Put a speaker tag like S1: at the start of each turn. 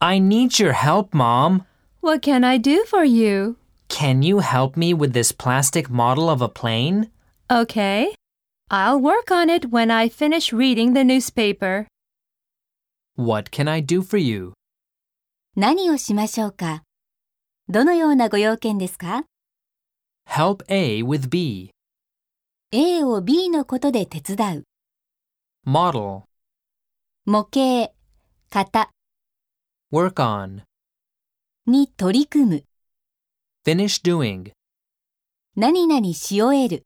S1: I need your help, Mom.
S2: What can I do for you?
S1: Can you help me with this plastic model of a plane?
S2: Okay. I'll work on it when I finish reading the newspaper.
S1: What can I do for you?
S3: 何をしましょうかどのようなご用件ですか
S1: Help A with B.
S3: ?A を B のことで手伝う。
S1: Model.
S3: 模型、型
S1: Work on.
S3: に取り組む。
S1: Finish doing.
S3: 何々し終える。